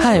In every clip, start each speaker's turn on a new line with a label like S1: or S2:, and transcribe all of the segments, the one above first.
S1: 嗨，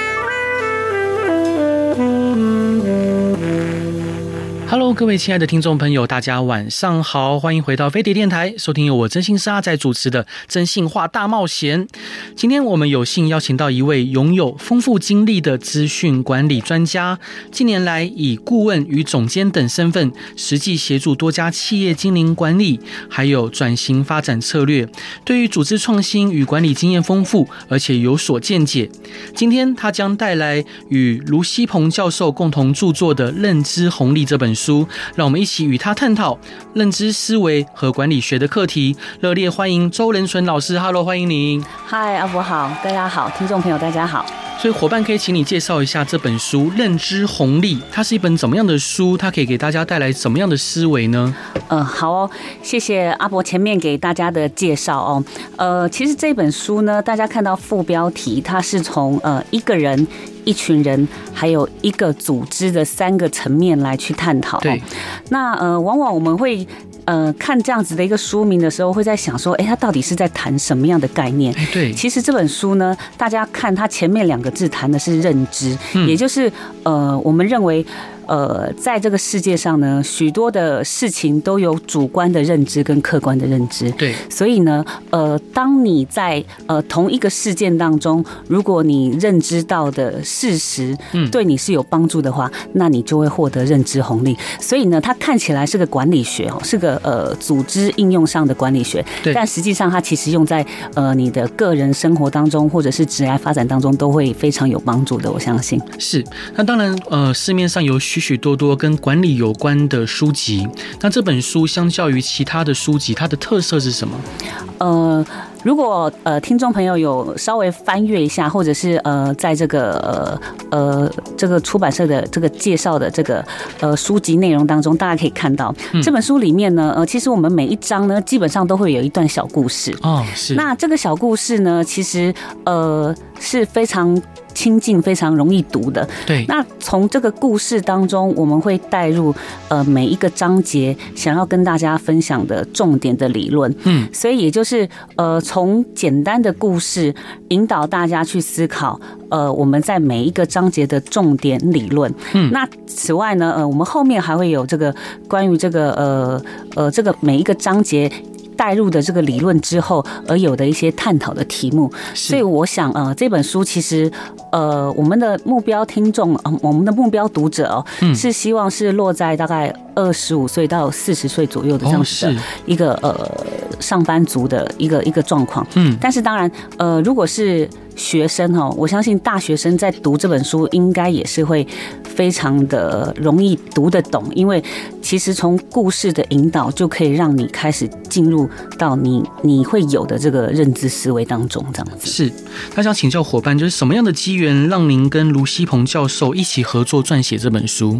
S1: Hello，各位亲爱的听众朋友，大家晚上好，欢迎回到飞碟电台，收听由我真心是阿仔主持的《真心话大冒险》。今天我们有幸邀请到一位拥有丰富经历的资讯管理专家，近年来以顾问与总监等身份，实际协助多家企业经营管理，还有转型发展策略，对于组织创新与管理经验丰富，而且有所见解。今天他将带来与卢锡鹏教授共同著作的《认知红利》这本书，让我们一起与他探讨认知思维和管理学的课题。热烈欢迎周仁纯老师，Hello，欢迎您。
S2: 嗨，阿伯好，大家好，听众朋友大家好。
S1: 所以伙伴可以请你介绍一下这本书《认知红利》，它是一本怎么样的书？它可以给大家带来什么样的思维呢？
S2: 嗯，好哦，谢谢阿伯前面给大家的介绍哦。呃，其实这本书呢，大家看到副标题，它是从呃一个人、一群人，还有一个组织的三个层面来去探讨。哦
S1: 对，
S2: 那呃，往往我们会。呃，看这样子的一个书名的时候，会在想说，哎、它到底是在谈什么样的概念？
S1: 哎，对，
S2: 其实这本书呢，大家看它前面两个字谈的是认知，
S1: 嗯
S2: 也就是呃，我们认为。呃，在这个世界上呢，许多的事情都有主观的认知跟客观的认知。
S1: 对，
S2: 所以呢，呃，当你在呃同一个事件当中，如果你认知到的事实
S1: 嗯
S2: 对你是有帮助的话，那你就会获得认知红利。所以呢，它看起来是个管理学哦，是个呃组织应用上的管理学
S1: 对，
S2: 但实际上它其实用在呃你的个人生活当中，或者是职业发展当中，都会非常有帮助的。我相信，
S1: 是。那当然，呃，市面上有许许多多跟管理有关的书籍。那这本书相较于其他的书籍，它的特色是什么？
S2: 呃。如果呃听众朋友有稍微翻阅一下，或者是呃在这个呃呃这个出版社的这个介绍的这个呃书籍内容当中，大家可以看到、这本书里面呢，呃其实我们每一章呢基本上都会有一段小故事。
S1: 哦，是
S2: 那这个小故事呢，其实呃是非常亲近、非常容易读的。
S1: 对，
S2: 那从这个故事当中，我们会带入呃每一个章节想要跟大家分享的重点的理论。
S1: 嗯，
S2: 所以也就是呃，从简单的故事引导大家去思考，呃，我们在每一个章节的重点理论。
S1: 嗯
S2: 那此外呢，呃，我们后面还会有这个关于这个呃呃这个每一个章节。带入的这个理论之后，而有的一些探讨的题目，所以
S1: 是，
S2: 我想，呃，这本书其实，呃，我们的目标听众，呃、我们的目标读者哦，
S1: 嗯
S2: 是希望是落在大概二十五岁到四十岁左右的这样
S1: 哦，
S2: 子的
S1: 是，
S2: 一个呃上班族的一个呃一个状况。
S1: 嗯，
S2: 但是当然，呃，如果是学生哦，我相信大学生在读这本书，应该也是会非常的容易读得懂，因为其实从故事的引导就可以让你开始进入到你你会有的这个认知思维当中，这样子。
S1: 是。那想请教伙伴，就是什么样的机缘让您跟卢锡鹏教授一起合作撰写这本书？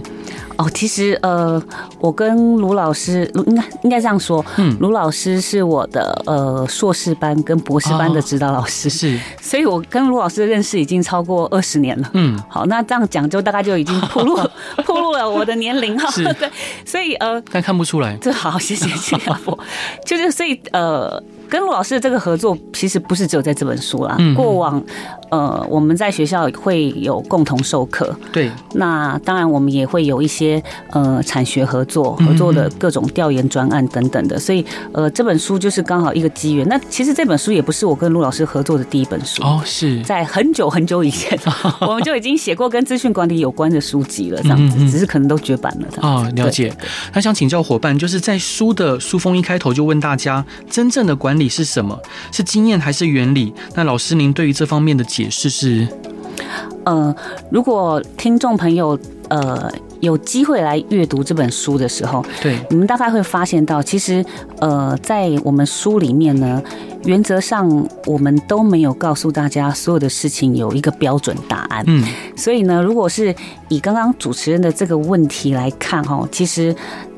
S2: 哦，其实呃，我跟卢老师，卢应该应该这样说，
S1: 嗯
S2: 卢老师是我的呃硕士班跟博士班的
S1: 哦
S2: 指导老师，
S1: 是，
S2: 所以我跟卢老师的认识已经超过二十年了。
S1: 嗯，
S2: 好，那这样讲就大概就已经暴露 暴露了我的年龄哈
S1: 是。
S2: 对，所以呃，
S1: 但看不出来。
S2: 这好，谢谢谢 谢阿伯。就是所以呃，跟陆老师的这个合作，其实不是只有在这本书啦。
S1: 嗯
S2: 过往呃，我们在学校会有共同授课，
S1: 对，
S2: 那当然我们也会有一些呃产学合作，
S1: 嗯
S2: 合作的各种调研专案等等的。所以呃，这本书就是刚好一个机缘。那其实这本书也不是我跟陆老师合作的第一本书
S1: 哦，是，
S2: 在很久很久 以前，我们就已经写过跟资讯管理有关的书籍了，这样子
S1: 嗯嗯嗯，
S2: 只是可能都绝版了。这样
S1: 哦，
S2: 子
S1: 了解。那想请教伙伴，就是在书的书封一开头就问大家，真正的管理是什么？是经验还是原理？那老师您对于这方面的解释是？
S2: 对呃，如果听众朋友呃有机会来阅读这本书的时候，
S1: 对，
S2: 你们大概会发现到，其实呃，在我们书里面呢，原则上我们都没有告诉大家所有的事情有一个标准答案。
S1: 嗯，
S2: 所以呢，如果是以刚刚主持人的这个问题来看哦，其实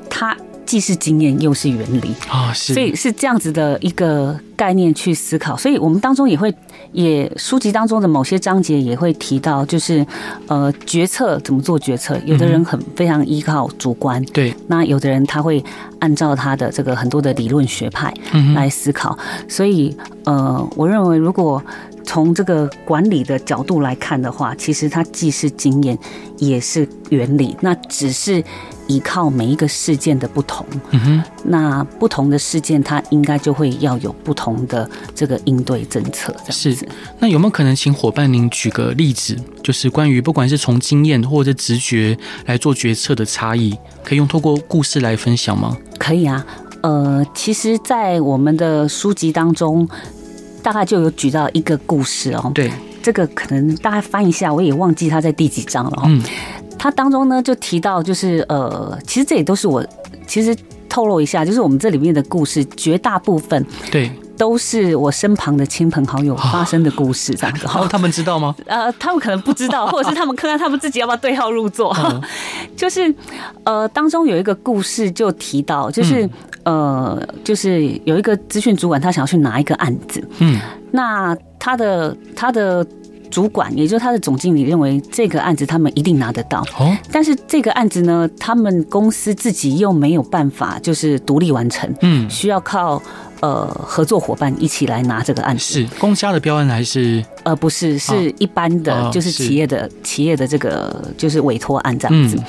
S2: 他。既是经验又是原理，
S1: 啊、是，
S2: 所以是这样子的一个概念去思考。所以我们当中也会，也书籍当中的某些章节也会提到，就是呃决策怎么做决策，有的人很非常依靠主观，
S1: 嗯对，
S2: 那有的人他会按照他的这个很多的理论学派
S1: 嗯哼，
S2: 来思考。所以呃，我认为如果从这个管理的角度来看的话，其实它既是经验，也是原理，那只是依靠每一个事件的不同。
S1: 嗯哼，
S2: 那不同的事件，它应该就会要有不同的这个应对政策，这样
S1: 是
S2: 子。。
S1: 那有没有可能请伙伴您举个例子，就是关于不管是从经验或者直觉来做决策的差异，可以用透过故事来分享吗？
S2: 可以啊，呃，其实，在我们的书籍当中，大概就有举到一个故事哦。
S1: 对，
S2: 这个可能大概翻一下，我也忘记它在第几章了哦。
S1: 嗯，
S2: 它当中呢就提到，就是呃，其实这也都是我其实透露一下，就是我们这里面的故事，绝大部分
S1: 对。
S2: 都是我身旁的亲朋好友
S1: 啊
S2: 发生的故事，这样子、
S1: 然后
S2: 哦。
S1: 他们知道 吗？
S2: 呃，他们可能不知道，或者是他们看看他们自己要不要对号入座。 就是，呃，当中有一个故事就提到，就是、呃，就是有一个资讯主管，他想要去拿一个案子，
S1: 嗯，
S2: 那他的他的主管，也就是他的总经理，认为这个案子他们一定拿得到。
S1: 哦，
S2: 但是这个案子呢，他们公司自己又没有办法，就是独立完成，
S1: 嗯，
S2: 需要靠呃合作伙伴一起来拿这个案子。
S1: 是公家的标案还是
S2: 呃，不是，是一般的，
S1: 哦
S2: 就是
S1: 是
S2: 企业的企业的这个就是委托案这样子。
S1: 嗯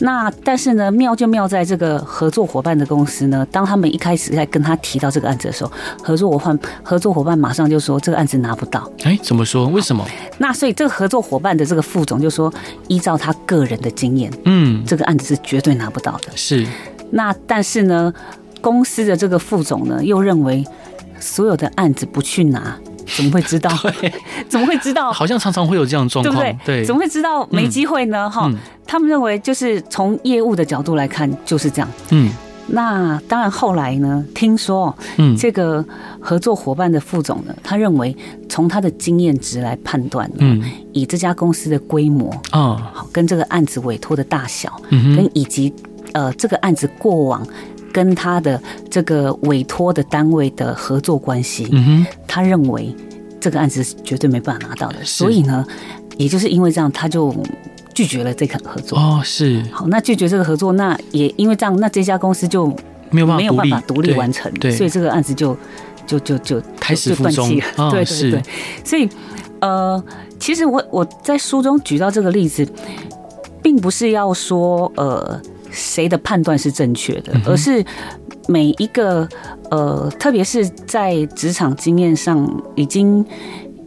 S2: 那但是呢，妙就妙在这个合作伙伴的公司呢，当他们一开始在跟他提到这个案子的时候，合作伙伴合作伙伴马上就说这个案子拿不到。
S1: 哎怎么说？为什么？
S2: 那所以这个合作伙伴的这个副总就说，依照他个人的经验，
S1: 嗯，
S2: 这个案子是绝对拿不到的。
S1: 是
S2: 那但是呢，公司的这个副总呢又认为所有的案子不去拿，怎么会知道？ 怎么会知道？
S1: 好像常常会有这样的状
S2: 对不
S1: 况
S2: 对？，怎么会知道没机会呢？哈、
S1: 嗯
S2: 他们认为就是从业务的角度来看就是这样。
S1: 嗯
S2: 那当然，后来呢，听说
S1: 嗯，
S2: 这个合作伙伴的副总呢，他认为从他的经验值来判断，
S1: 嗯
S2: 以这家公司的规模，
S1: 啊
S2: 好跟这个案子委托的大小，
S1: 嗯哼
S2: 跟以及呃这个案子过往跟他的这个委托的单位的合作关系，
S1: 嗯哼
S2: 他认为这个案子是绝对没办法拿到的，
S1: 是
S2: 所以呢，也就是因为这样，他就拒绝了这个合作。
S1: 哦是
S2: 好，那拒绝这个合作，那也因为这样，那这家公司就
S1: 没有办
S2: 没
S1: 法
S2: 有
S1: 独
S2: 办
S1: 立
S2: 法独立
S1: 对
S2: 完成，
S1: 对
S2: 所以这个案子就就就就
S1: 开始
S2: 就
S1: 腹
S2: 断
S1: 中
S2: 气了。
S1: 啊
S2: 对对
S1: 是
S2: 对，所以呃，其实我我在书中举到这个例子，并不是要说呃谁的判断是正确
S1: 嗯
S2: 的，而是每一个呃，特别是在职场经验上已经。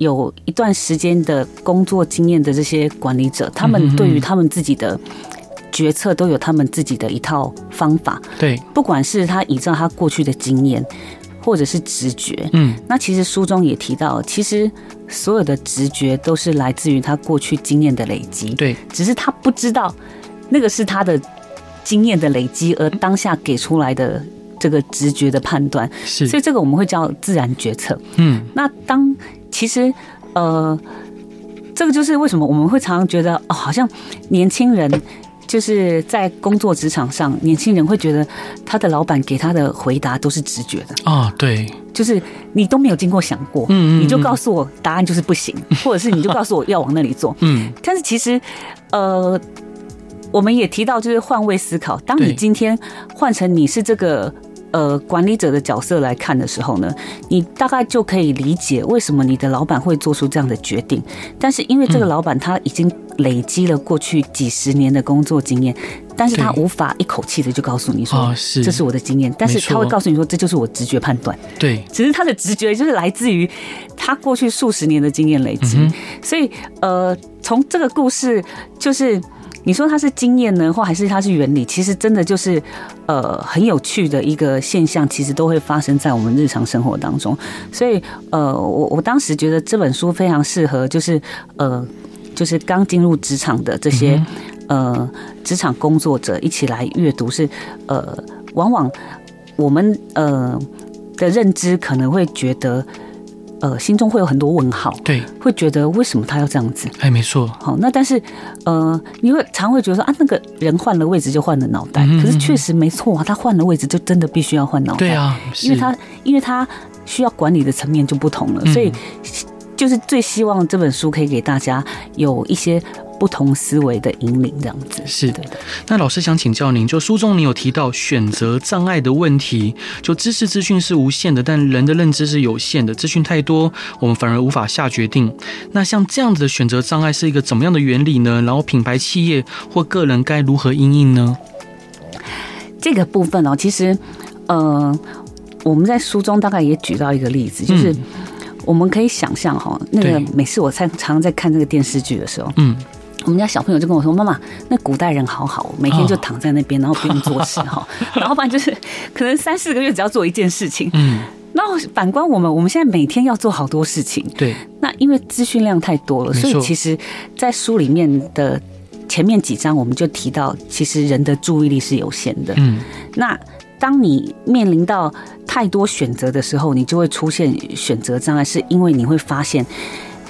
S2: 有一段时间的工作经验的这些管理者，
S1: 嗯
S2: 他
S1: 哼
S2: 们
S1: 哼
S2: 对于他们自己的决策都有他们自己的一套方法。
S1: 对
S2: 不管是他依照他过去的经验，或者是直觉。
S1: 嗯
S2: 那其实书中也提到，其实所有的直觉都是来自于他过去经验的累积，
S1: 对
S2: 只是他不知道那个是他的经验的累积，而当下给出来的这个直觉的判断，
S1: 是
S2: 所以这个我们会叫自然决策。
S1: 嗯
S2: 那当其实呃，这个就是为什么我们会常常觉得哦，好像年轻人就是在工作职场上，年轻人会觉得他的老板给他的回答都是直觉的，
S1: 啊对
S2: 就是你都没有经过想过，
S1: 嗯嗯嗯
S2: 你就告诉我答案就是不行，或者是你就告诉我要往那里做。
S1: 嗯
S2: 但是其实，呃，我们也提到就是换位思考。当
S1: 对
S2: 你今天换成你是这个呃管理者的角色来看的时候呢，你大概就可以理解为什么你的老板会做出这样的决定。但是因为
S1: 嗯
S2: 这个老板他已经累积了过去几十年的工作经验，但是他
S1: 对
S2: 无法一口气的就告诉你说
S1: 啊是
S2: 这是我的经验，但是
S1: 没错
S2: 他会告诉你说这就是我直觉判断。
S1: 对
S2: 只是他的直觉就是来自于他过去数十年的经验累积，
S1: 嗯
S2: 所以呃，从这个故事就是。你说它是经验呢，或还是它是原理？其实真的就是，呃，很有趣的一个现象，其实都会发生在我们日常生活当中。所以，呃，我我当时觉得这本书非常适合，就是呃，就是刚进入职场的这些、呃职场工作者一起来阅读是，呃，往往我们呃的认知可能会觉得呃心中会有很多问号，
S1: 对，
S2: 会觉得为什么他要这样子？
S1: 哎，没错，
S2: 好，那但是，呃，你会常会觉得说啊，那个人换了位置就换了脑
S1: 嗯
S2: 袋，可是确实没错啊，他换了位置就真的必须要换脑袋，
S1: 对，啊，
S2: 因为
S1: 是
S2: 他因为他需要管理的层面就不同了，
S1: 嗯
S2: 所以就是最希望这本书可以给大家有一些不同思维的引领，这样子
S1: 是
S2: 对的。
S1: 那老师想请教您，就书中您有提到选择障碍的问题，就知识资讯是无限的，但人的认知是有限的，资讯太多，我们反而无法下决定。那像这样子的选择障碍是一个怎么样的原理呢？然后品牌企业或个人该如何应应呢？
S2: 这个部分哦，其实，呃，我们在书中大概也举到一个例子，就是
S1: 嗯
S2: 我们可以想象哈、那个
S1: 对
S2: 每次我常常在看这个电视剧的时候，
S1: 嗯，
S2: 我们家小朋友就跟我说：“妈妈，那古代人好好，每
S1: 啊
S2: 天就躺在那边，然后不用做事 哈，然后不然就是可能三四个月只要做一件事情。
S1: 嗯，
S2: 然后反观我们，我们现在每天要做好多事情，
S1: 对，
S2: 那因为资讯量太多了，
S1: 没
S2: 所
S1: 错
S2: 以其实，在书里面的前面几章我们就提到，其实人的注意力是有限的。
S1: 嗯，
S2: 那当你面临到太多选择的时候，你就会出现选择障碍，是因为你会发现，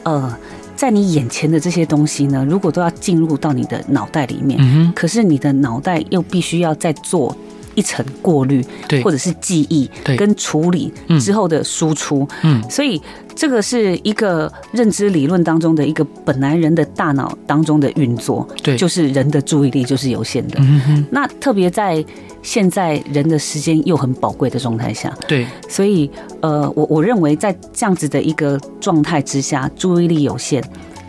S2: 呃，在你眼前的这些东西呢，如果都要进入到你的脑袋里面，
S1: 嗯
S2: 可是你的脑袋又必须要再做一层过滤，
S1: 哼，对
S2: 或，者是记忆
S1: 对
S2: 跟处理
S1: 嗯
S2: 之后的输出，
S1: 嗯，
S2: 所以这个是一个认知理论当中的一个本来人的大脑当中的运作，
S1: 对，
S2: 就是人的注意力就是有限的。
S1: 嗯哼，
S2: 那特别在现在人的时间又很宝贵的状态下，
S1: 对，
S2: 所以呃，我我认为在这样子的一个状态之下，注意力有限，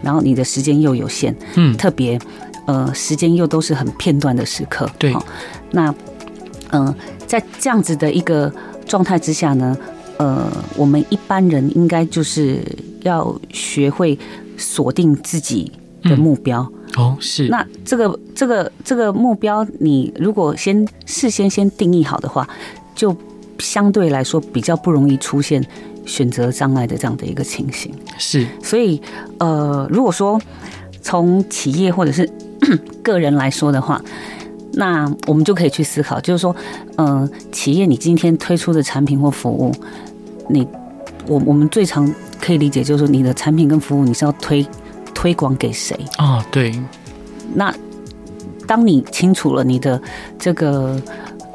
S2: 然后你的时间又有限，
S1: 嗯，
S2: 特别呃，时间又都是很片段的时刻。
S1: 对
S2: 好那嗯、呃，在这样子的一个状态之下呢，呃，我们一般人应该就是要学会锁定自己的目标。
S1: 哦，是，
S2: 那这个这个这个目标，你如果先事先先定义好的话，就相对来说比较不容易出现选择障碍的这样的一个情形。
S1: 是，
S2: 所以，呃，如果说从企业或者是 个人来说的话，那我们就可以去思考，就是说，呃，企业你今天推出的产品或服务，你我我们最常可以理解就是说，你的产品跟服务你是要推推广给谁？
S1: 哦，对，
S2: 那当你清楚了你的这个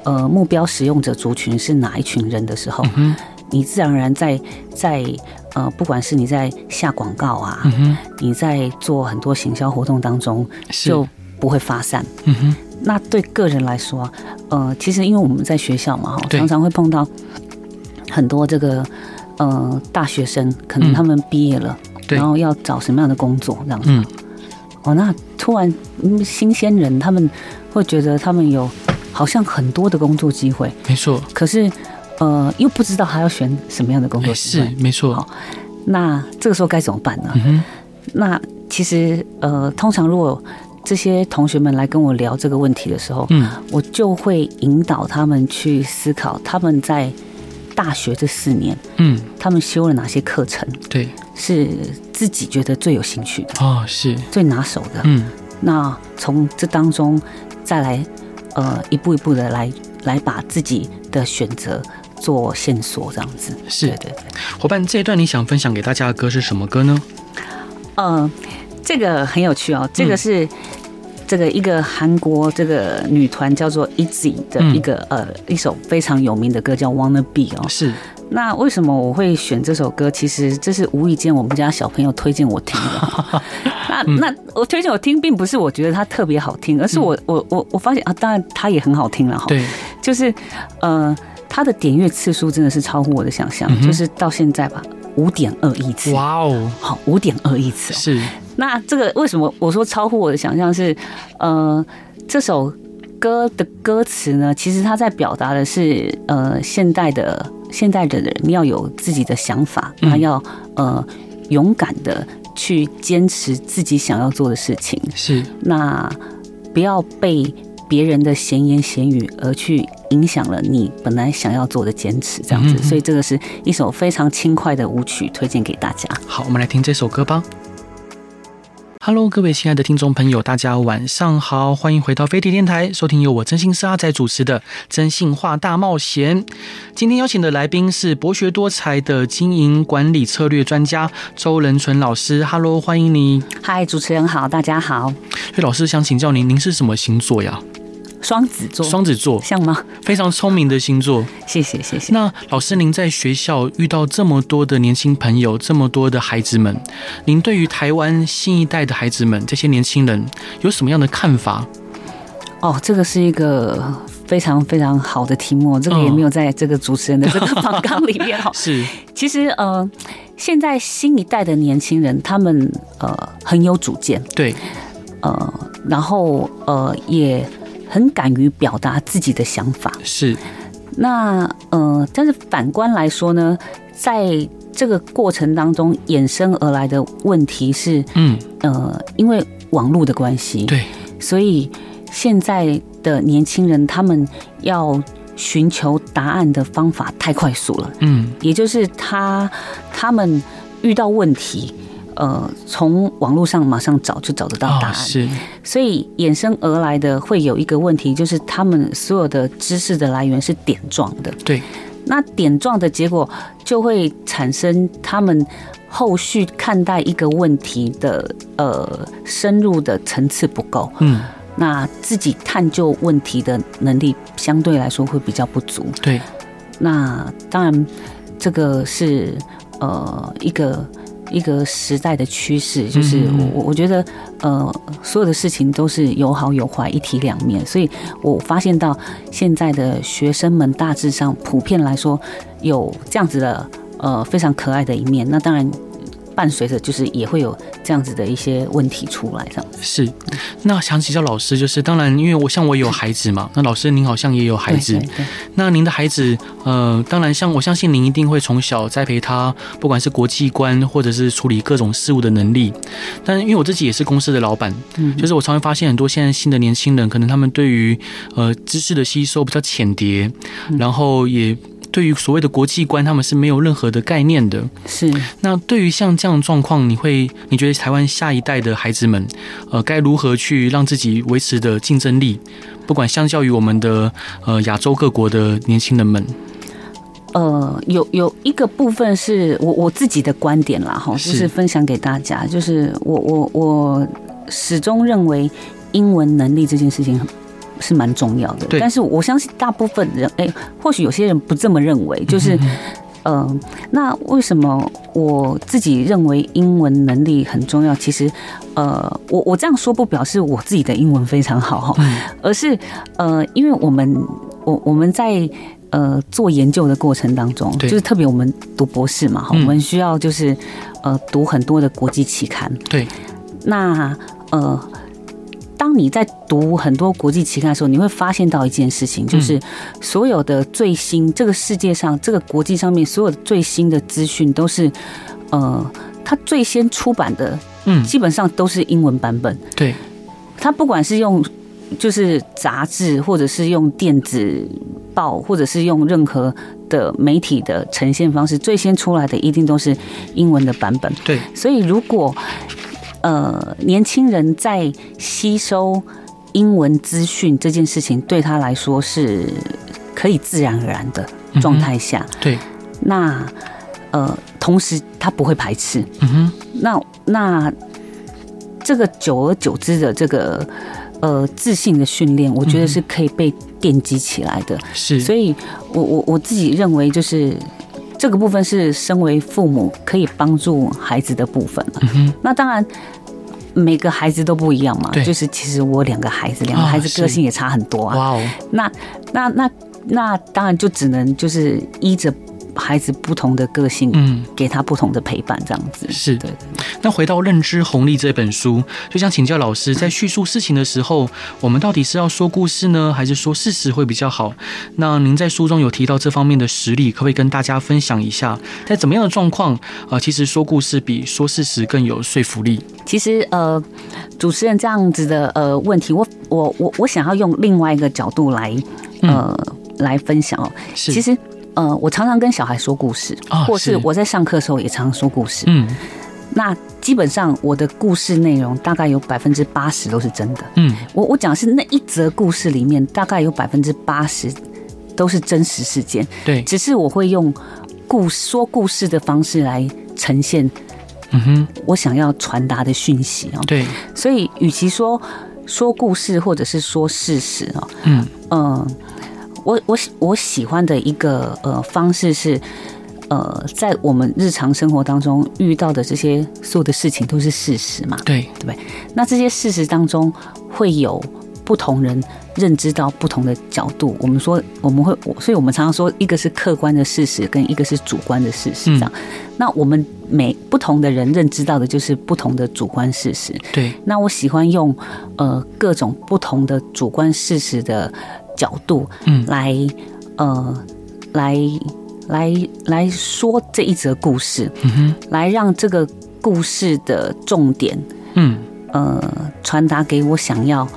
S2: 呃目标使用者族群是哪一群人的时候，
S1: 嗯
S2: 你自然而然在在呃，不管是你在下广告啊，
S1: 嗯哼，
S2: 你在做很多行销活动当中
S1: 是，
S2: 就不会发散。
S1: 嗯哼，
S2: 那对个人来说啊，呃，其实因为我们在学校嘛，哈，
S1: 对
S2: 常常会碰到很多这个呃大学生，可能
S1: 嗯
S2: 他们毕业了，
S1: 对
S2: 然后要找什么样的工作这样子。
S1: 嗯，
S2: 哦，那突然嗯新鲜人他们会觉得他们有好像很多的工作机会，
S1: 没错，
S2: 可是呃又不知道他要选什么样的工
S1: 哎
S2: 作机
S1: 是
S2: 会。，
S1: 没错，
S2: 好那这个时候该怎么办呢？
S1: 嗯哼，
S2: 那其实呃，通常如果这些同学们来跟我聊这个问题的时候，
S1: 嗯，
S2: 我就会引导他们去思考他们在大学这四年
S1: 嗯，
S2: 他们修了哪些课程
S1: 对，
S2: 是自己觉得最有兴趣的、
S1: 哦，是，
S2: 最拿手的。
S1: 嗯，
S2: 那从这当中再来，呃，一步一步的来来把自己的选择做线索，这样子。
S1: 是
S2: 对对对。
S1: 伙伴，这一段你想分享给大家的歌是什么歌呢？
S2: 呃，这个很有趣哦，这个是。
S1: 嗯
S2: 这个一个韩国这个女团叫做 ITZY 的
S1: 嗯
S2: 一个、呃一首非常有名的歌叫《Wanna Be》哦。
S1: 是，
S2: 那为什么我会选这首歌？其实这是无意间我们家小朋友推荐我听的 哦。那
S1: 嗯
S2: 那我推荐我听，并不是我觉得它特别好听，而是我我我我发现啊，当然它也很好听了哈。
S1: 嗯对，
S2: 就是呃，它的点阅次数真的是超乎我的想象，
S1: 嗯哼
S2: 就是到现在吧，五点二亿次，
S1: 哇哦，
S2: 好，五点二亿次哦、
S1: 是，
S2: 那这个为什么我说超乎我的想象是，呃，这首歌的歌词呢，其实它在表达的是，呃，现代的现代的人要有自己的想法，
S1: 嗯
S2: 那要呃勇敢的去坚持自己想要做的事情，
S1: 是，
S2: 那不要被别人的闲言闲语而去影响了你本来想要做的坚持，这样
S1: 嗯
S2: 子。
S1: 嗯
S2: 所以这个是一首非常轻快的舞曲，推荐给大家。
S1: 好，我们来听这首歌吧。 Hello，各位亲爱的听众朋友，大家晚上好，欢迎回到飞碟电台，收听由我真心是阿仔主持的《真心话大冒险》。今天邀请的来宾是博学多才的经营管理策略专家周仁纯老师。Hello，欢迎你。
S2: 嗨，主持人好，大家好。
S1: 所以老师想请教您，您是什么星座呀？
S2: 双子座，
S1: 双子座，
S2: 像吗？
S1: 非常聪明的星座。
S2: 谢谢，谢谢。
S1: 那老师，您在学校遇到这么多的年轻朋友，这么多的孩子们，您对于台湾新一代的孩子们，这些年轻人有什么样的看法？。
S2: 哦，这个是一个非常非常好的题目，哦这个也没有在这个主持人的这个访纲里面哈
S1: 是
S2: 其实呃，现在新一代的年轻人，他们呃很有主见，
S1: 对，
S2: 呃，然后呃也很敢于表达自己的想法。
S1: 是
S2: 那呃，但是反观来说呢，在这个过程当中衍生而来的问题是，
S1: 嗯，
S2: 呃，因为网络的关系，
S1: 对，
S2: 所以现在的年轻人他们要寻求答案的方法太快速了，
S1: 嗯，
S2: 也就是他他们遇到问题。呃，从网络上马上找就找得到答
S1: 哦，
S2: 案，
S1: 是，
S2: 所以衍生而来的会有一个问题，就是他们所有的知识的来源是点状的，
S1: 对，
S2: 那点状的结果就会产生他们后续看待一个问题的呃深入的层次不够，
S1: 嗯，
S2: 那自己探究问题的能力相对来说会比较不足。
S1: 对，
S2: 那当然，这个是呃一个。一个时代的趋势就是
S1: 嗯嗯
S2: 我，我觉得，呃，所有的事情都是有好有坏，一体两面。所以我发现到现在的学生们，大致上普遍来说有这样子的，呃，非常可爱的一面。那当然，伴随着就是也会有这样子的一些问题出来，这样。
S1: 是。那想请教老师，就是当然，因为我像我有孩子嘛，那老师您好像也有孩子
S2: 对，对对
S1: 那您的孩子，呃，当然像我相信您一定会从小栽培他，不管是国际观或者是处理各种事务的能力。但因为我自己也是公司的老板，
S2: 嗯
S1: 就是我常会发现很多现在新的年轻人，可能他们对于呃知识的吸收比较浅碟，然后也。对于所谓的国际观，他们是没有任何的概念的。
S2: 是。
S1: 那对于像这样的状况，你会你觉得台湾下一代的孩子们，呃，该如何去让自己维持的竞争力？不管相较于我们的呃亚洲各国的年轻人们，
S2: 呃，有有一个部分是我我自己的观点啦，哈，就是是分享给大家，就是我我我始终认为英文能力这件事情很是蛮重要的
S1: 对，
S2: 但是我相信大部分人，哎、或许有些人不这么认为，就是，嗯、那为什么我自己认为英文能力很重要？其实，呃，我我这样说不表示我自己的英文非常好哈，而是呃，因为我们我我们在呃做研究的过程当中，
S1: 对
S2: 就是特别我们读博士嘛，哈、
S1: 嗯
S2: 我们需要就是呃读很多的国际期刊。
S1: 对，
S2: 那呃，当你在读很多国际期刊的时候，你会发现到一件事情，就是所有的最新，这个世界上这个国际上面所有的最新的资讯都是呃，它最先出版的
S1: 嗯，
S2: 基本上都是英文版本。
S1: 对，
S2: 它不管是用就是杂志，或者是用电子报，或者是用任何的媒体的呈现方式，最先出来的一定都是英文的版本。
S1: 对，
S2: 所以如果呃年轻人在吸收英文资讯这件事情，对他来说是可以自然而然的状态下，
S1: 对，
S2: 那呃同时他不会排斥，
S1: 嗯哼，
S2: 那那这个久而久之的这个呃自信的训练，我觉得是可以被奠基起来的。
S1: 是，
S2: 所以我我我自己认为就是。这个部分是身为父母可以帮助孩子的部分了。
S1: 嗯哼，
S2: 那当然，每个孩子都不一样嘛
S1: 对。
S2: 就是其实我两个孩子，两个
S1: 啊
S2: 孩子
S1: 是
S2: 个性也差很多啊。
S1: 哇哦，
S2: 那那那那当然就只能就是依着孩子不同的个性，
S1: 嗯，
S2: 给他不同的陪伴，这样子。
S1: 是。
S2: 对。
S1: 那回到《认知红利》这本书，就想请教老师，在叙述事情的时候，我们到底是要说故事呢，还是说事实会比较好？那您在书中有提到这方面的实例，可不可以跟大家分享一下，在怎么样的状况，呃，其实说故事比说事实更有说服力？
S2: 其实呃，主持人这样子的呃问题，我我我我想要用另外一个角度来呃、来分享哦。
S1: 嗯是，
S2: 其实呃，我常常跟小孩说故事，
S1: 啊
S2: 或是
S1: 是
S2: 我在上课的时候也常常说故事。
S1: 嗯，
S2: 那基本上我的故事内容大概有百分之八十都是真的。
S1: 嗯，
S2: 我我讲是那一则故事里面，大概有百分之八十都是真实事件，
S1: 对，
S2: 只是我会用故说故事的方式来呈现
S1: 嗯哼，
S2: 我想要传达的讯息哦。
S1: 对，
S2: 所以，与其说说故事或者是说事实哦，
S1: 嗯
S2: 嗯，我我喜我喜欢的一个呃方式是，呃，在我们日常生活当中遇到的这些所有的事情都是事实嘛。
S1: 对，
S2: 那这些事实当中会有不同人认知到不同的角度。我们说我们会，我所以我们常常说，一个是客观的事实，跟一个是主观的事实这样。那我们每不同的人认知到的就是不同的主观事实。
S1: 对，
S2: 那我喜欢用呃各种不同的主观事实的角度
S1: 嗯
S2: 来呃来来来说这一则故事，
S1: 嗯哼，
S2: 来让这个故事的重点
S1: 嗯
S2: 呃传达给我想要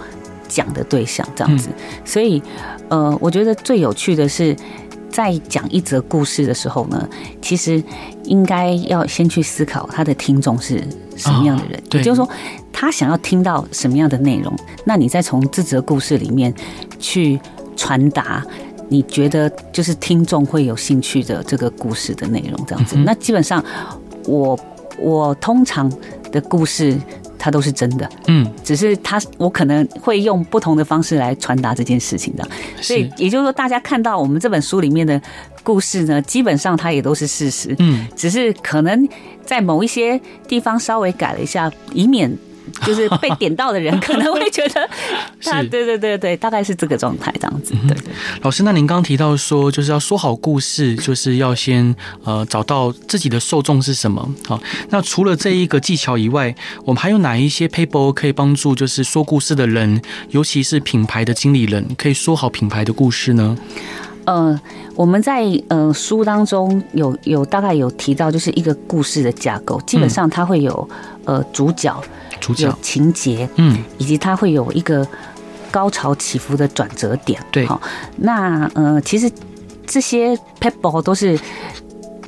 S2: 讲的对象，这样子。所以呃，我觉得最有趣的是。在讲一则故事的时候呢，其实应该要先去思考他的听众是什么样的人，
S1: 哦对
S2: 也就是说他想要听到什么样的内容，那你再从这则故事里面去传达。你觉得就是听众会有兴趣的这个故事的内容，这样子。
S1: 嗯哼
S2: 那基本上我我通常的故事它都是真的，
S1: 嗯，
S2: 只是它我可能会用不同的方式来传达这件事情，这样。所以
S1: 是，
S2: 也就是说，大家看到我们这本书里面的故事呢，基本上它也都是事实，
S1: 嗯，
S2: 只是可能在某一些地方稍微改了一下，以免。就是被点到的人可能会觉 得他，
S1: 是嗯
S2: 对对对对，大概是这个状态这样子，对对
S1: 老师，那您刚刚提到说，就是要说好故事，就是要先呃找到自己的受众是什么。好，那除了这一个技巧以外，我们还有哪一些 paper 可以帮助就是说故事的人，尤其是品牌的经理人，可以说好品牌的故事呢？
S2: 呃，我们在呃书当中有有大概有提到，就是一个故事的架构，基本上它会有呃主角、
S1: 主
S2: 有
S1: 角，
S2: 情节，
S1: 嗯，
S2: 以及它会有一个高潮起伏的转折点。
S1: 对
S2: 好，那呃，其实这些 pebble 都是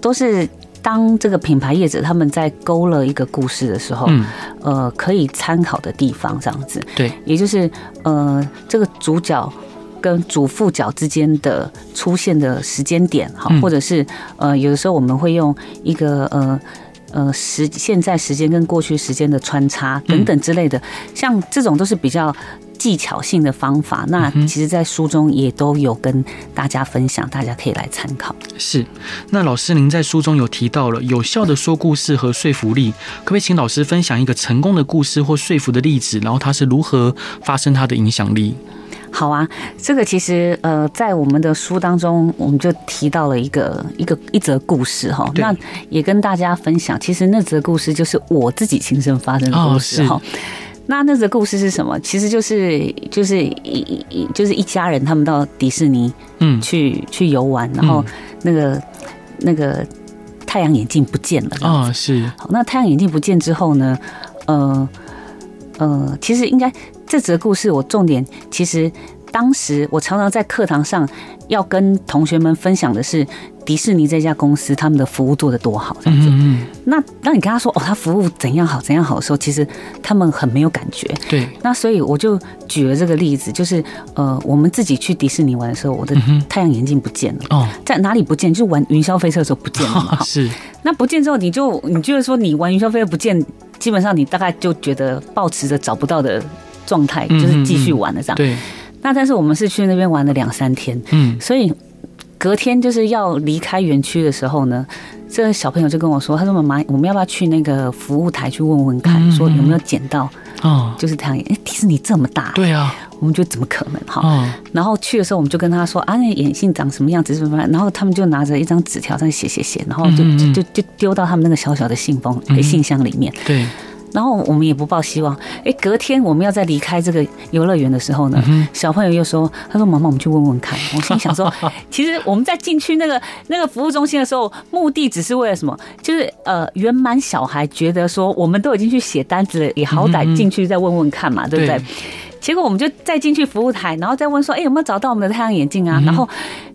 S2: 都是当这个品牌业者他们在勾勒一个故事的时候，
S1: 嗯，
S2: 呃，可以参考的地方，这样子。
S1: 对，
S2: 也就是呃，这个主角跟主副角之间的出现的时间点哈
S1: 嗯，
S2: 或者是呃，有的时候我们会用一个呃。呃，时现在时间跟过去时间的穿插
S1: 嗯
S2: 等等之类的，像这种都是比较技巧性的方法。那
S1: 嗯哼
S2: 其实，在书中也都有跟大家分享，大家可以来参考。
S1: 是。那老师，您在书中有提到了有效的说故事和说服力，可不可以请老师分享一个成功的故事或说服的例子，然后它是如何发生它的影响力？
S2: 好啊，这个其实呃，在我们的书当中，我们就提到了一个一个一则故事哈。
S1: 对
S2: 那也跟大家分享，其实那则故事就是我自己亲身发生的故事
S1: 哦是
S2: 哈。那那则故事是什么？其实就是就是一一就是一家人他们到迪士尼
S1: 嗯，
S2: 去去游玩，然后那个、那个太阳眼镜不见了这样子
S1: 啊、是，
S2: 好，那太阳眼镜不见之后呢？呃呃，其实应该这则故事我重点，其实当时我常常在课堂上要跟同学们分享的是迪士尼这家公司他们的服务做得多好这样子。
S1: 嗯嗯
S2: 那当你跟他说哦，他服务怎样好怎样好的时候，其实他们很没有感觉。
S1: 嗯，对，
S2: 那所以我就举了这个例子，就是呃，我们自己去迪士尼玩的时候，我的
S1: 嗯哼，
S2: 太阳眼镜不见了，
S1: 哦，
S2: 在哪里不见？就是玩云霄飞车的时候不见 了嘛。哈
S1: 是，
S2: 那不见之后，你就你就是说你玩云霄飞车不见，基本上你大概就觉得保持着找不到的状态，
S1: 嗯
S2: 就是继续玩了这样。
S1: 对，
S2: 那但是我们是去那边玩了两三天，
S1: 嗯，
S2: 所以隔天就是要离开园区的时候呢，这个小朋友就跟我说，他说妈妈，我们要不要去那个服务台去问问
S1: 嗯
S2: 看，说有没有
S1: 嗯
S2: 捡到
S1: 哦，
S2: 就是太阳眼？哎，迪士尼这么大，
S1: 对啊，
S2: 我们觉得怎么可能哈？
S1: 哦，
S2: 然后去的时候，我们就跟他说啊，那眼镜长什么样子什么样，然后他们就拿着一张纸条在写写写，然后就
S1: 嗯嗯嗯
S2: 就就就丢到他们那个小小的信封、
S1: 嗯嗯
S2: 信箱里面。
S1: 对，
S2: 然后我们也不抱希望，哎，隔天我们要再离开这个游乐园的时候呢，
S1: 嗯
S2: 小朋友又说，他说妈妈，我们去问问看。我心里 想说，其实我们在进去那个那个服务中心的时候，目的只是为了什么？就是呃，圆满小孩觉得说，我们都已经去写单子了，也好
S1: 嗯嗯
S2: 歹
S1: 嗯
S2: 进去再问问看嘛，对不对
S1: 对？
S2: 结果我们就再进去服务台，然后再问说，哎，有没有找到我们的太阳眼镜啊？
S1: 嗯
S2: 然后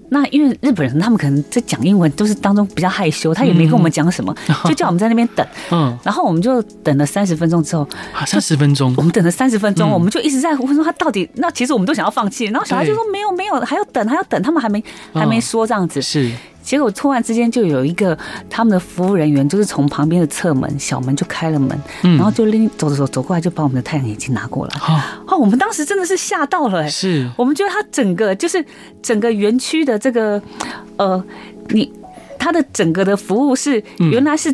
S2: 那因为日本人他们可能在讲英文都是当中比较害羞，他也没跟我们 讲什么，就叫我们在那边等。
S1: 嗯，
S2: 然后我们就等了三十分钟之后，
S1: 三十分钟
S2: 我，们等了三十分钟，
S1: 嗯
S2: 我们就一直在问说他到底。那其实我们都想要放弃，然后小孩就说没有没有，还要等还要等，他们还没
S1: 嗯
S2: 还没说这样子。
S1: 是
S2: 结果突然之间就有一个他们的服务人员，就是从旁边的侧门小门就开了门，
S1: 嗯
S2: 然后就拎走走走走过来，就把我们的太阳眼镜拿过来。
S1: 啊，
S2: 哦，我们当时真的是吓到了哎、
S1: 是
S2: 我们觉得它整个就是整个园区的这个呃，你它的整个的服务是
S1: 嗯
S2: 原来是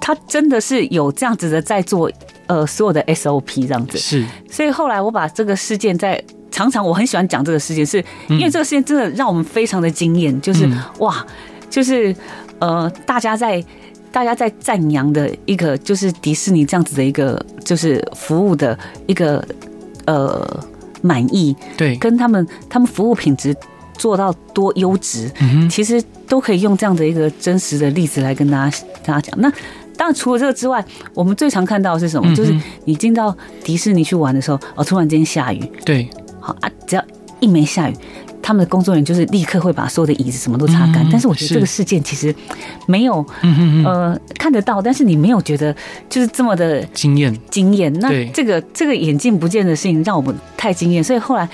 S2: 它真的是有这样子的在做呃所有的 SOP 这样子，
S1: 是，
S2: 所以后来我把这个事件在。常常我很喜欢讲这个事件，是因为这个事件真的让我们非常的惊艳，就是
S1: 嗯
S2: 哇，就是呃，大家在大家在赞扬的一个就是迪士尼这样子的一个就是服务的一个呃满意，
S1: 对，
S2: 跟他们他们服务品质做到多优质，
S1: 嗯哼，
S2: 其实都可以用这样的一个真实的例子来跟大家大家讲。那当然，除了这个之外，我们最常看到的是什
S1: 嗯
S2: 么？
S1: 哼
S2: 就是你进到迪士尼去玩的时候，哦，突然间下雨，
S1: 对，
S2: 好啊，只要一没下雨，他们的工作人员就是立刻会把所有的椅子什么都擦干
S1: 嗯。
S2: 但是我觉
S1: 是
S2: 得这个事件其实没有
S1: 嗯哼哼，
S2: 呃看得到，但是你没有觉得就是这么的
S1: 经验，
S2: 惊艳。那
S1: 对
S2: 这个这个眼镜不见的事情让我们太惊艳，所以后来，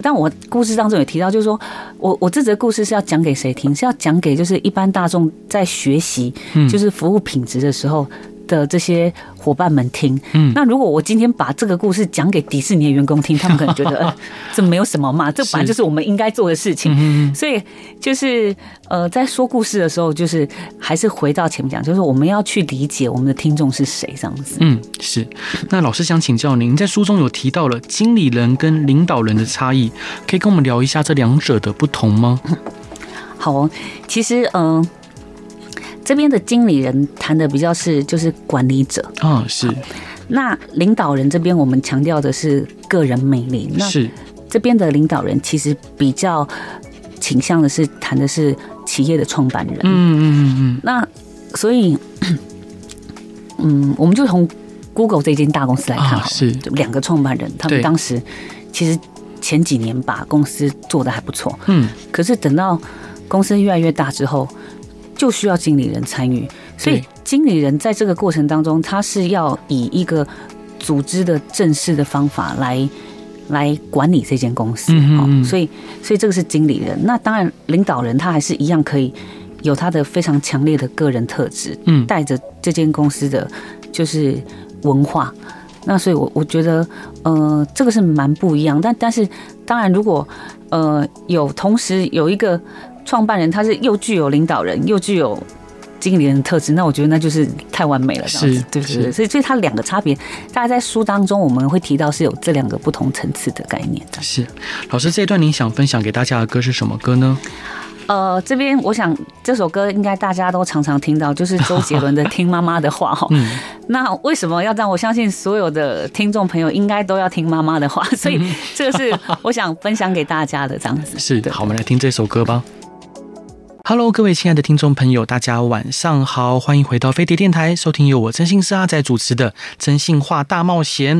S2: 但我故事当中有提到，就是说我我这则故事是要讲给谁听？是要讲给就是一般大众在学习
S1: 嗯，
S2: 就是是服务品质的时候的这些伙伴们听。
S1: 嗯
S2: 那如果我今天把这个故事讲给迪士尼的员工听，他们可能觉 得、呃、这没有什么嘛，这本来
S1: 是
S2: 就是我们应该做的事情。
S1: 嗯哼
S2: 所以就是呃，在说故事的时候，就是还是回到前面讲，就是我们要去理解我们的听众是谁这样子。
S1: 嗯，是。那老师想请教您，在书中有提到了经理人跟领导人的差异，可以跟我们聊一下这两者的不同吗？
S2: 好哦，其实嗯、呃这边的经理人谈的比较是就是管理者，
S1: 啊，是
S2: 那领导人这边我们强调的是个人魅力，那
S1: 是，
S2: 这边的领导人其实比较倾向的是谈的是企业的创办人，
S1: 嗯嗯嗯
S2: 那所以 嗯，我们就从 Google 这间大公司来
S1: 嗯，
S2: 看好
S1: 啊
S2: 了，
S1: 是，
S2: 就两个创办人，他
S1: 对
S2: 们当时其实前几年把公司做的还不错，
S1: 嗯
S2: 可是等到公司越来越大之后，就需要经理人参与，所以
S1: 对
S2: 经理人在这个过程当中，他是要以一个组织的正式的方法来来管理这间公司哦
S1: 嗯嗯嗯
S2: 所以所以这个是经理人。那当然，领导人他还是一样可以有他的非常强烈的个人特质，
S1: 嗯
S2: 带着这间公司的就是文化。那所以我，我觉得，呃，这个是蛮不一样。但但是，当然，如果呃有同时有一个创办人，他是又具有领导人又具有经理人的特质，那我觉得那就是太完美了，这样
S1: 是
S2: 子，对不
S1: 是
S2: 对？所以，所以它两个差别，大家在书当中我们会提到是有这两个不同层次的概念的。
S1: 是。老师，这一段您想分享给大家的歌是什么歌呢？
S2: 呃，这边我想这首歌应该大家都常常听到，就是周杰伦的 《听妈妈的话》哦。
S1: 嗯，
S2: 那为什么要这样？我相信所有的听众朋友应该都要听妈妈的话， 所以这个是我想分享给大家的这样子。
S1: 嗯是
S2: 对
S1: 好，我们来听这首歌吧。Hello，各位亲爱的听众朋友，大家晚上好，欢迎回到飞碟电台，收听由我真心是阿仔主持的《真心话大冒险》。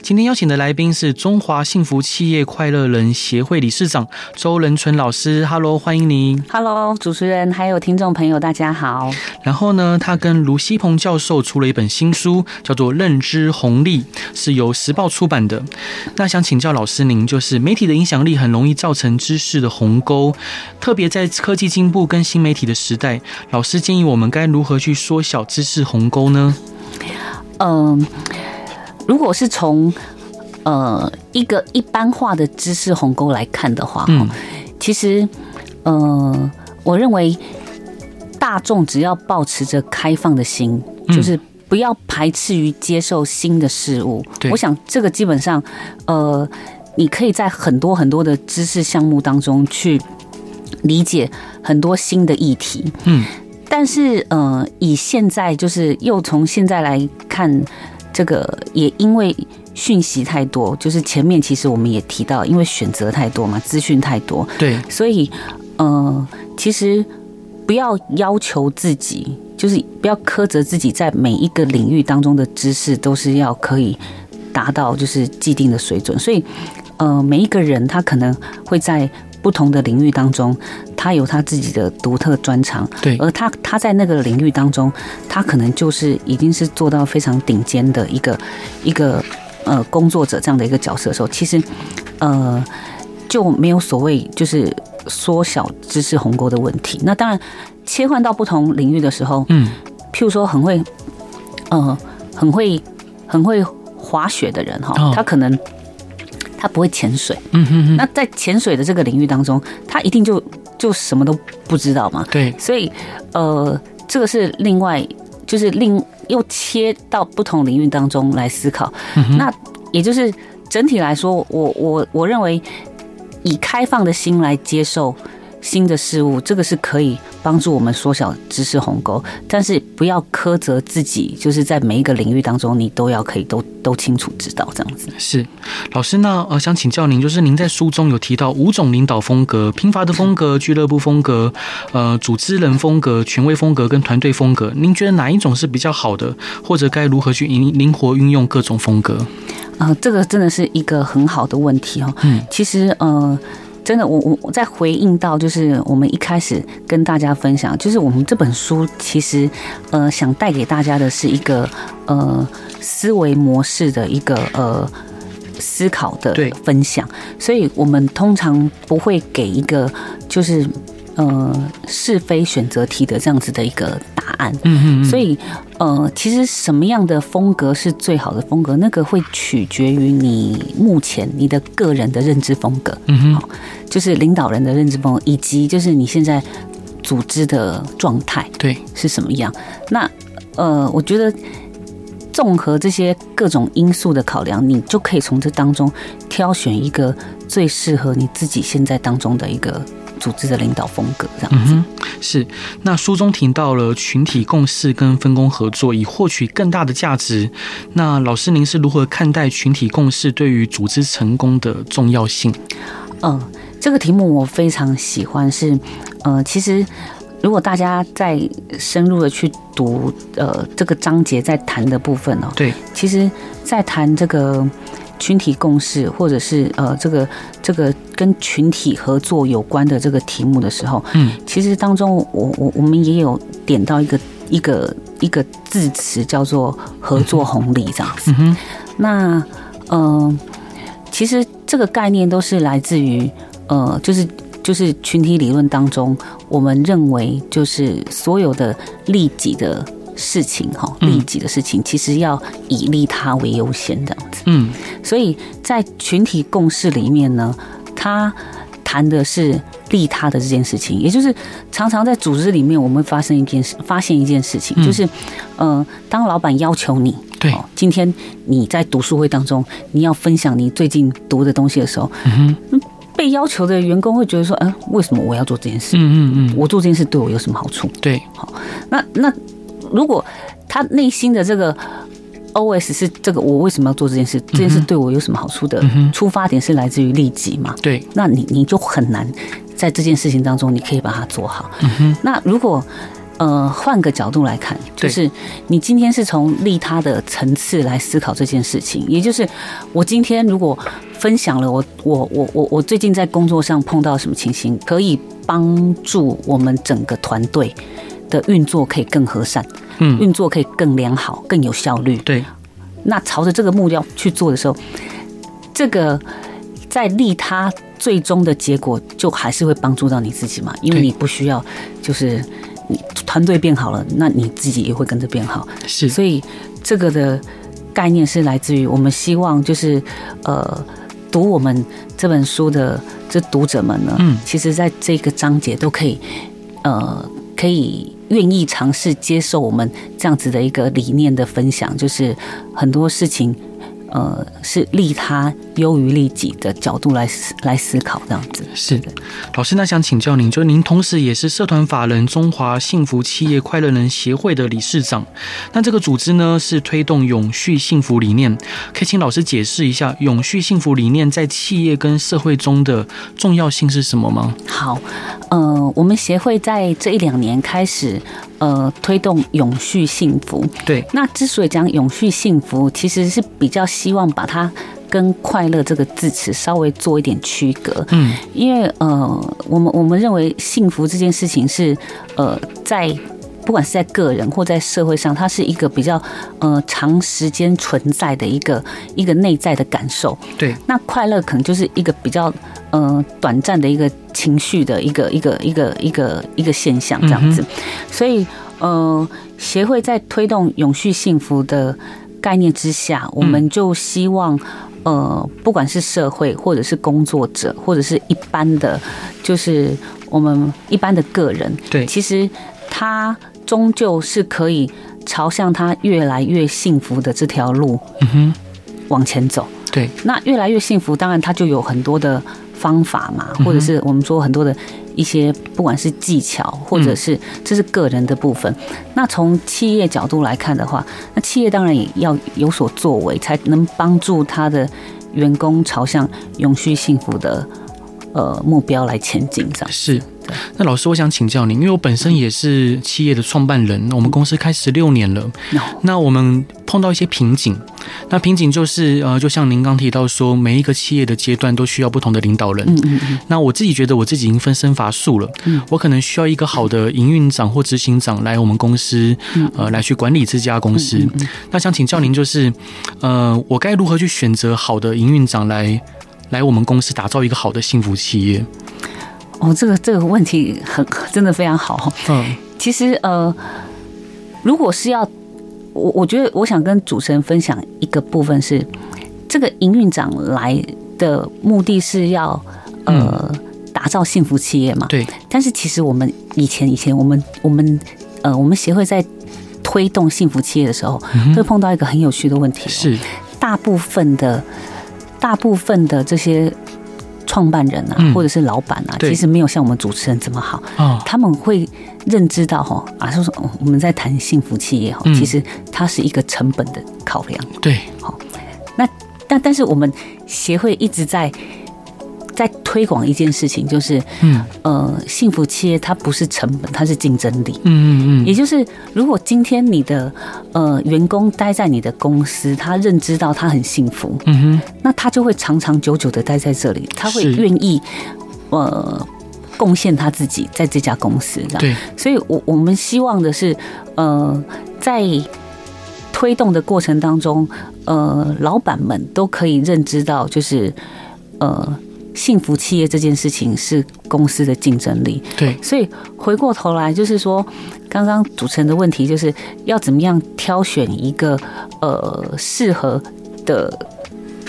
S1: 今天邀请的来宾是中华幸福企业快乐人协会理事长周仁春老师，Hello，欢迎您。
S2: Hello，主持人还有听众朋友，大家好。
S1: 然后呢，他跟卢锡鹏教授出了一本新书，叫做《认知红利》，是由时报出版的。那想请教老师您，就是媒体的影响力很容易造成知识的鸿沟，特别在科技进步跟新媒体的时代，老师建议我们该如何去缩小知识鸿沟呢？
S2: 嗯，如果是从呃一个一般化的知识鸿沟来看的话，
S1: 嗯，
S2: 其实呃，我认为大众只要保持着开放的心，
S1: 嗯
S2: 就是不要排斥于接受新的事物
S1: 对。
S2: 我想这个基本上，呃，你可以在很多很多的知识项目当中去理解很多新的议题。
S1: 嗯，
S2: 但是呃，以现在就是又从现在来看，这个也因为讯息太多，就是前面其实我们也提到，因为选择太多嘛，资讯太多，
S1: 对，
S2: 所以呃，其实不要要求自己，就是不要苛责自己，在每一个领域当中的知识都是要可以达到就是既定的水准，所以呃，每一个人他可能会在。不同的领域当中，他有他自己的独特专长，
S1: 对
S2: 而他他在那个领域当中，他可能就是已经是做到非常顶尖的一个一个呃工作者这样的一个角色的时候，其实呃就没有所谓就是缩小知识鸿沟的问题。那当然，切换到不同领域的时候，
S1: 嗯，
S2: 譬如说很会，呃，很会很会滑雪的人哈
S1: 哦，
S2: 他可能他不会潜水，
S1: 嗯哼哼，
S2: 那在潜水的这个领域当中，他一定就就什么都不知道嘛，
S1: 对，
S2: 所以呃，这个是另外就是另又切到不同领域当中来思考，那也就是整体来说，我我我认为以开放的心来接受。新的事物，这个是可以帮助我们缩小知识鸿沟，但是不要苛责自己，就是在每一个领域当中，你都要可以都都清楚知道这样子。
S1: 是老师，那呃，想请教您，就是您在书中有提到五种领导风格：贫乏的风格、俱乐部风格、呃，组织人风格、权威风格跟团队风格。您觉得哪一种是比较好的，或者该如何去灵灵活运用各种风格？
S2: 啊、这个真的是一个很好的问题哦。
S1: 嗯，
S2: 其实呃，真的，我我我在回应到就是我们一开始跟大家分享，就是我们这本书其实呃想带给大家的是一个呃思维模式的一个呃。思考的
S1: 对
S2: 分享，所以我们通常不会给一个就是呃是非选择题的这样子的一个答案，
S1: 嗯嗯
S2: 所以，呃，其实什么样的风格是最好的风格，那个会取决于你目前你的个人的认知风格，
S1: 嗯哼，
S2: 就是领导人的认知风格，以及就是你现在组织的状态
S1: 对，
S2: 是什么样。那，呃，我觉得综合这些各种因素的考量，你就可以从这当中挑选一个最适合你自己现在当中的一个组织的领导风格，这样。
S1: 嗯哼，是。那书中提到了群体共识跟分工合作，以获取更大的价值。那老师，您是如何看待群体共识对于组织成功的重要性？
S2: 嗯，这个题目我非常喜欢，是，呃，其实如果大家再深入的去读，呃，这个章节在谈的部分哦，
S1: 对，
S2: 其实在谈这个群体共识，或者是呃，这个这个跟群体合作有关的这个题目的时候，
S1: 嗯，
S2: 其实当中我我我们也有点到一个一个一个字词叫做合作红利这样子，
S1: 嗯哼，
S2: 那呃，其实这个概念都是来自于呃，就是就是群体理论当中，我们认为就是所有的利己的事情哈，
S1: 嗯
S2: 利己的事情其实要以利他为优先这样子。
S1: 嗯，
S2: 所以在群体共识里面呢，他谈的是利他的这件事情，也就是常常在组织里面，我们会发生一件事，发现一件事情，
S1: 嗯
S2: 就是，呃，当老板要求你，
S1: 对
S2: 哦，今天你在读书会当中，你要分享你最近读的东西的时候，
S1: 嗯哼，
S2: 被要求的员工会觉得说，嗯、为什么我要做这件事？
S1: 嗯嗯嗯，
S2: 我做这件事对我有什么好处？
S1: 对，
S2: 那那如果他内心的这个 OS 是这个，我为什么要做这件事？这件事对我有什么好处的？
S1: 哼
S2: 出发点是来自于利己嘛？
S1: 对，
S2: 那你你就很难在这件事情当中，你可以把它做好。
S1: 嗯哼，
S2: 那如果呃换个角度来看，就
S1: 对
S2: 是你今天是从利他的层次来思考这件事情，也就是我今天如果分享了我我我我我最近在工作上碰到什么情形，可以帮助我们整个团队的运作可以更和善，
S1: 嗯，
S2: 运作可以更良好、更有效率。
S1: 对，
S2: 那朝着这个目标去做的时候，这个在利他最终的结果，就还是会帮助到你自己嘛，因为
S1: 对
S2: 你不需要就是你团队变好了，那你自己也会跟着变好，
S1: 是，
S2: 所以这个的概念是来自于我们希望就是呃。读我们这本书的这读者们呢，
S1: 嗯
S2: 其实在这个章节都可以，呃，可以愿意尝试接受我们这样子的一个理念的分享，就是很多事情，呃，是利他优于利己的角度来思来思考这样子。
S1: 是，老师，那想请教您，就是您同时也是社团法人中华幸福企业快乐人协会的理事长。那这个组织呢，是推动永续幸福理念，可以请老师解释一下永续幸福理念在企业跟社会中的重要性是什么吗？
S2: 好，呃，我们协会在这一两年开始，呃，推动永续幸福。
S1: 对，
S2: 那之所以讲永续幸福，其实是比较希望把它跟快乐这个字词稍微做一点区隔，
S1: 嗯
S2: 因为呃，我们我们认为幸福这件事情是呃在。不管是在个人或在社会上，它是一个比较呃长时间存在的一个一个内在的感受。
S1: 对，
S2: 那快乐可能就是一个比较呃短暂的一个情绪的一个一个一个一个一个现象这样子，所以呃协会在推动永续幸福的概念之下，我们就希望。呃，不管是社会，或者是工作者，或者是一般的，就是我们一般的个人，
S1: 对
S2: 其实他终究是可以朝向他越来越幸福的这条路
S1: 嗯哼，
S2: 往前走。
S1: 对，
S2: 那越来越幸福，当然它就有很多的方法嘛，
S1: 哼
S2: 或者是我们说很多的一些，不管是技巧，或者是这是个人的部分。那从企业角度来看的话，那企业当然也要有所作为，才能帮助他的员工朝向永续幸福的呃目标来前进。这样
S1: 是。那老师，我想请教您，因为我本身也是企业的创办人，我们公司开十六年了，
S2: 那
S1: 那我们碰到一些瓶颈，那瓶颈就是呃，就像您刚提到说，每一个企业的阶段都需要不同的领导人。
S2: 嗯嗯嗯，
S1: 那我自己觉得我自己已经分身乏术了，
S2: 嗯
S1: 我可能需要一个好的营运长或执行长来我们公司，呃，来去管理这家公司。那想请教您，就是，呃，我该如何去选择好的营运长来来我们公司打造一个好的幸福企业？
S2: 哦，这个这个问题很真的非常好哦。
S1: 嗯，
S2: 其实呃，如果是要我，我觉得我想跟主持人分享一个部分是，这个营运长来的目的是要呃、打造幸福企业嘛。
S1: 嗯对，
S2: 但是其实我们以前以前我们我们呃我们协会在推动幸福企业的时候，会碰到一个很有趣的问题、哦，
S1: 嗯是，
S2: 大部分的大部分的这些。创办人啊
S1: 嗯，
S2: 或者是老板啊，
S1: 对
S2: 其实没有像我们主持人这么好。
S1: 哦，
S2: 他们会认知到哈啊，就是说哦我们在谈幸福企业哈，
S1: 嗯
S2: 其实它是一个成本的考量。
S1: 对，
S2: 但但是我们协会一直在在推广一件事情，就是
S1: 嗯
S2: 呃，幸福企业它不是成本，它是竞争力。
S1: 嗯嗯嗯，
S2: 也就是，如果今天你的呃员工待在你的公司，他认知到他很幸福，
S1: 嗯哼，
S2: 那他就会长长久久的待在这里，他会
S1: 是
S2: 愿意呃贡献他自己在这家公司这样。
S1: 对，
S2: 所以我我们希望的是，呃，在推动的过程当中，呃，老板们都可以认知到，就是呃，幸福企业这件事情是公司的竞争力。
S1: 对，
S2: 所以回过头来，就是说，刚刚主持人的问题就是要怎么样挑选一个呃适合的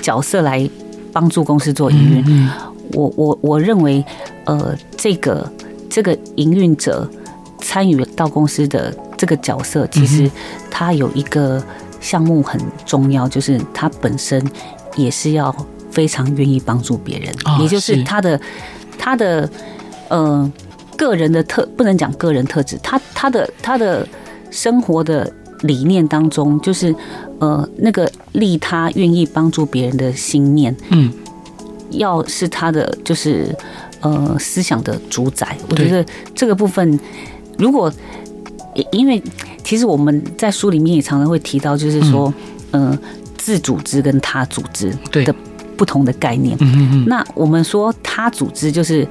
S2: 角色来帮助公司做营运
S1: 嗯。嗯，
S2: 我我我认为，呃，这个这个营运者参与到公司的这个角色，其实他有一个项目很重要，就是他本身也是要非常愿意帮助别人，
S1: 啊
S2: 也就是
S1: 是
S2: 他的他的呃个人的特不能讲个人特质，他他的他的生活的理念当中，就是呃那个利他愿意帮助别人的心念，
S1: 嗯，
S2: 要是他的就是呃思想的主宰。我
S1: 对
S2: 觉得这个部分，如果因因为其实我们在书里面也常常会提到，就是说，嗯、呃，自组织跟他组织
S1: 对
S2: 的不同的概念。
S1: 嗯嗯嗯，
S2: 那我们说他组织就是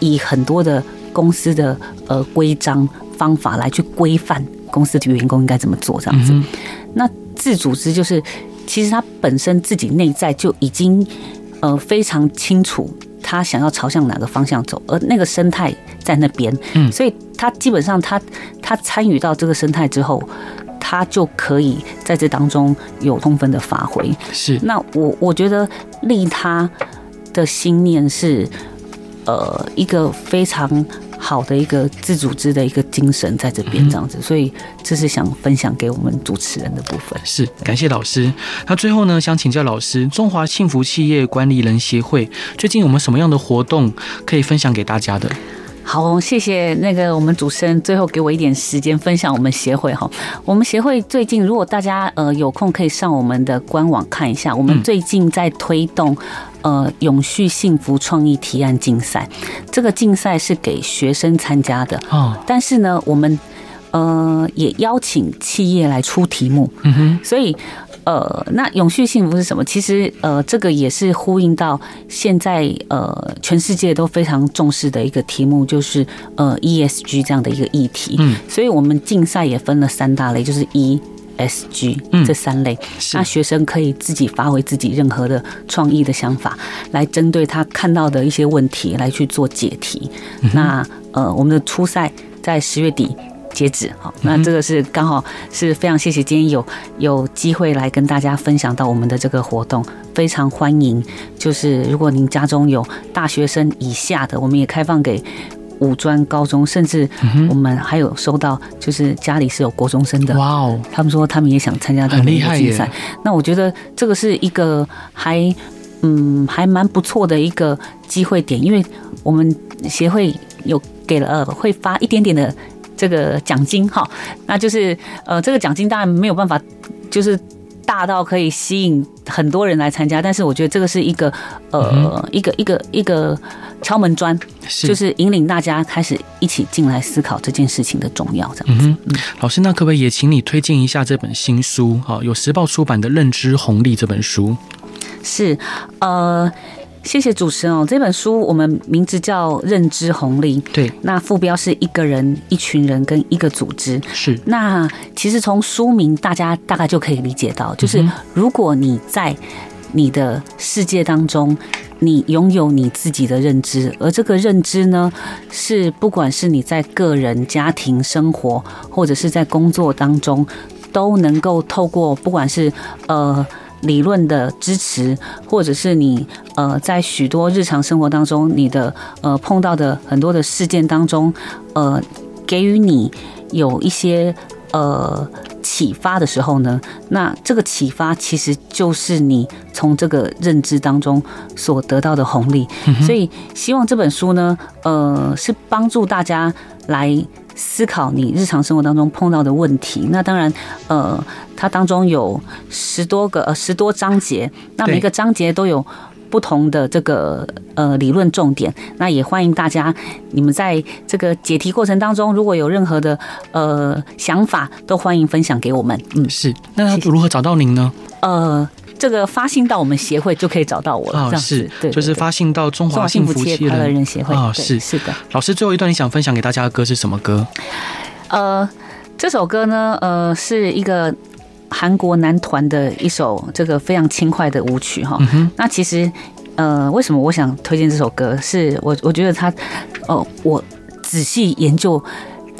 S2: 以很多的公司的呃规章方法来去规范公司的员工应该怎么做这样子。
S1: 嗯
S2: 那自组织就是，其实他本身自己内在就已经呃非常清楚他想要朝向哪个方向走，而那个生态在那边，
S1: 嗯
S2: 所以他基本上他他参与到这个生态之后，他就可以在这当中有充分的发挥。
S1: 是，
S2: 那我我觉得利他的心念是，呃，一个非常好的一个自组织的一个精神在这边这样子，所以这是想分享给我们主持人的部分。
S1: 是，感谢老师。那最后呢，想请教老师，中华幸福企业管理人协会最近有没有什么样的活动可以分享给大家的？
S2: 好哦，谢谢那个我们主持人最后给我一点时间分享我们协会哈。我们协会最近，如果大家呃有空，可以上我们的官网看一下，我们最近在推动。呃，永续幸福创意提案竞赛，这个竞赛是给学生参加的。
S1: 哦，
S2: 但是呢，我们呃也邀请企业来出题目，
S1: 嗯哼，
S2: 所以呃，那永续幸福是什么？其实呃，这个也是呼应到现在呃，全世界都非常重视的一个题目，就是呃 ESG 这样的一个议题。
S1: 嗯，
S2: 所以我们竞赛也分了三大类，就是 E。S G
S1: 嗯
S2: 这三类，
S1: 是
S2: 那学生可以自己发挥自己任何的创意的想法，来针对他看到的一些问题来去做解题。那呃，我们的初赛在十月底截止，好，那这个是刚好是非常谢谢今天有有机会来跟大家分享到我们的这个活动，非常欢迎。就是如果您家中有大学生以下的，我们也开放给。五专、高中，甚至
S1: 嗯
S2: 我们还有收到，就是家里是有国中生的，
S1: 哇哦，
S2: 他们说他们也想参加这样的一个
S1: 很厉
S2: 竞
S1: 害
S2: 赛。那我觉得这个是一个还嗯还蛮不错的一个机会点，因为我们协会有给了呃会发一点点的这个奖金哈，那就是呃这个奖金当然没有办法就是。大到可以吸引很多人来参加，但是我觉得这个是一个呃一个一个一个敲门砖，
S1: 嗯是
S2: 就是引领大家开始一起进来思考这件事情的重要，这样。
S1: 嗯哼，老师，那可不可以也请你推荐一下这本新书？好，有时报出版的《认知红利》这本书。
S2: 是，呃，谢谢主持人哦。这本书我们名字叫《认知红利》，
S1: 对，
S2: 那副标是一个人、一群人跟一个组织。
S1: 是，
S2: 那其实从书名大家大概就可以理解到，就是
S1: 嗯
S2: 如果你在你的世界当中，你拥有你自己的认知，而这个认知呢，是不管是你在个人、家庭生活，或者是在工作当中，都能够透过不管是呃。理论的支持，或者是你呃在许多日常生活当中，你的呃碰到的很多的事件当中，呃给予你有一些呃启发的时候呢，那这个启发其实就是你从这个认知当中所得到的红利。
S1: 嗯
S2: 所以希望这本书呢，呃，是帮助大家来。思考你日常生活当中碰到的问题，那当然，呃，它当中有十多个呃十多章节，那
S1: 对
S2: 每个章节都有不同的这个呃理论重点，那也欢迎大家你们在这个解题过程当中，如果有任何的呃想法，都欢迎分享给我们。嗯，
S1: 是。那要
S2: 谢谢
S1: 如何找到您呢？
S2: 呃，这个发信到我们协会就可以找到我了。这
S1: 啊，
S2: 样子
S1: 是
S2: 对，，
S1: 就是发信到中
S2: 中
S1: 华
S2: 华
S1: 幸
S2: 幸福
S1: 福
S2: 企业
S1: 企业
S2: 快乐人协会
S1: 啊，
S2: 对
S1: 是。
S2: 是的，
S1: 老师，最后一段你想分享给大家的歌是什么歌？
S2: 呃，这首歌呢，呃，是一个。韩国男团的一首这个非常轻快的舞曲
S1: 嗯
S2: 哈，那其实，呃，为什么我想推荐这首歌？是我我觉得他，哦，我仔细研究，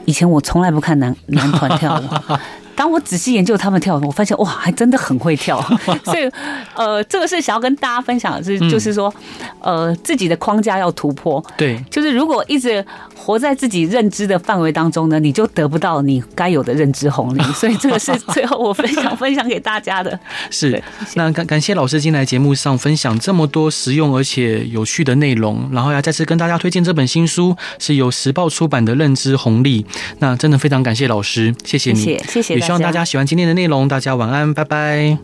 S2: 以前我从来不 看男男团跳舞，当我仔细研究他们跳舞，我发现哇，还真的很 会跳。所以，呃，这个是想要跟大家分享的是，
S1: 嗯
S2: 就是说，呃，自己的框架要突破，
S1: 对，
S2: 就是如果一直活在自己认知的范围当中呢，你就得不到你该有的认知红利。所以这个是最后我分享分享给大家的。
S1: 是
S2: 对谢谢。
S1: 那感感谢老师今天来节目上分享这么多实用而且有趣的内容，然后要再次跟大家推荐这本新书，是由时报出版的《认知红利》。那真的非常感谢老师，谢谢
S2: 谢
S1: 你，
S2: 谢谢谢
S1: 也希望大家喜欢今天的内容，大家晚安，拜拜。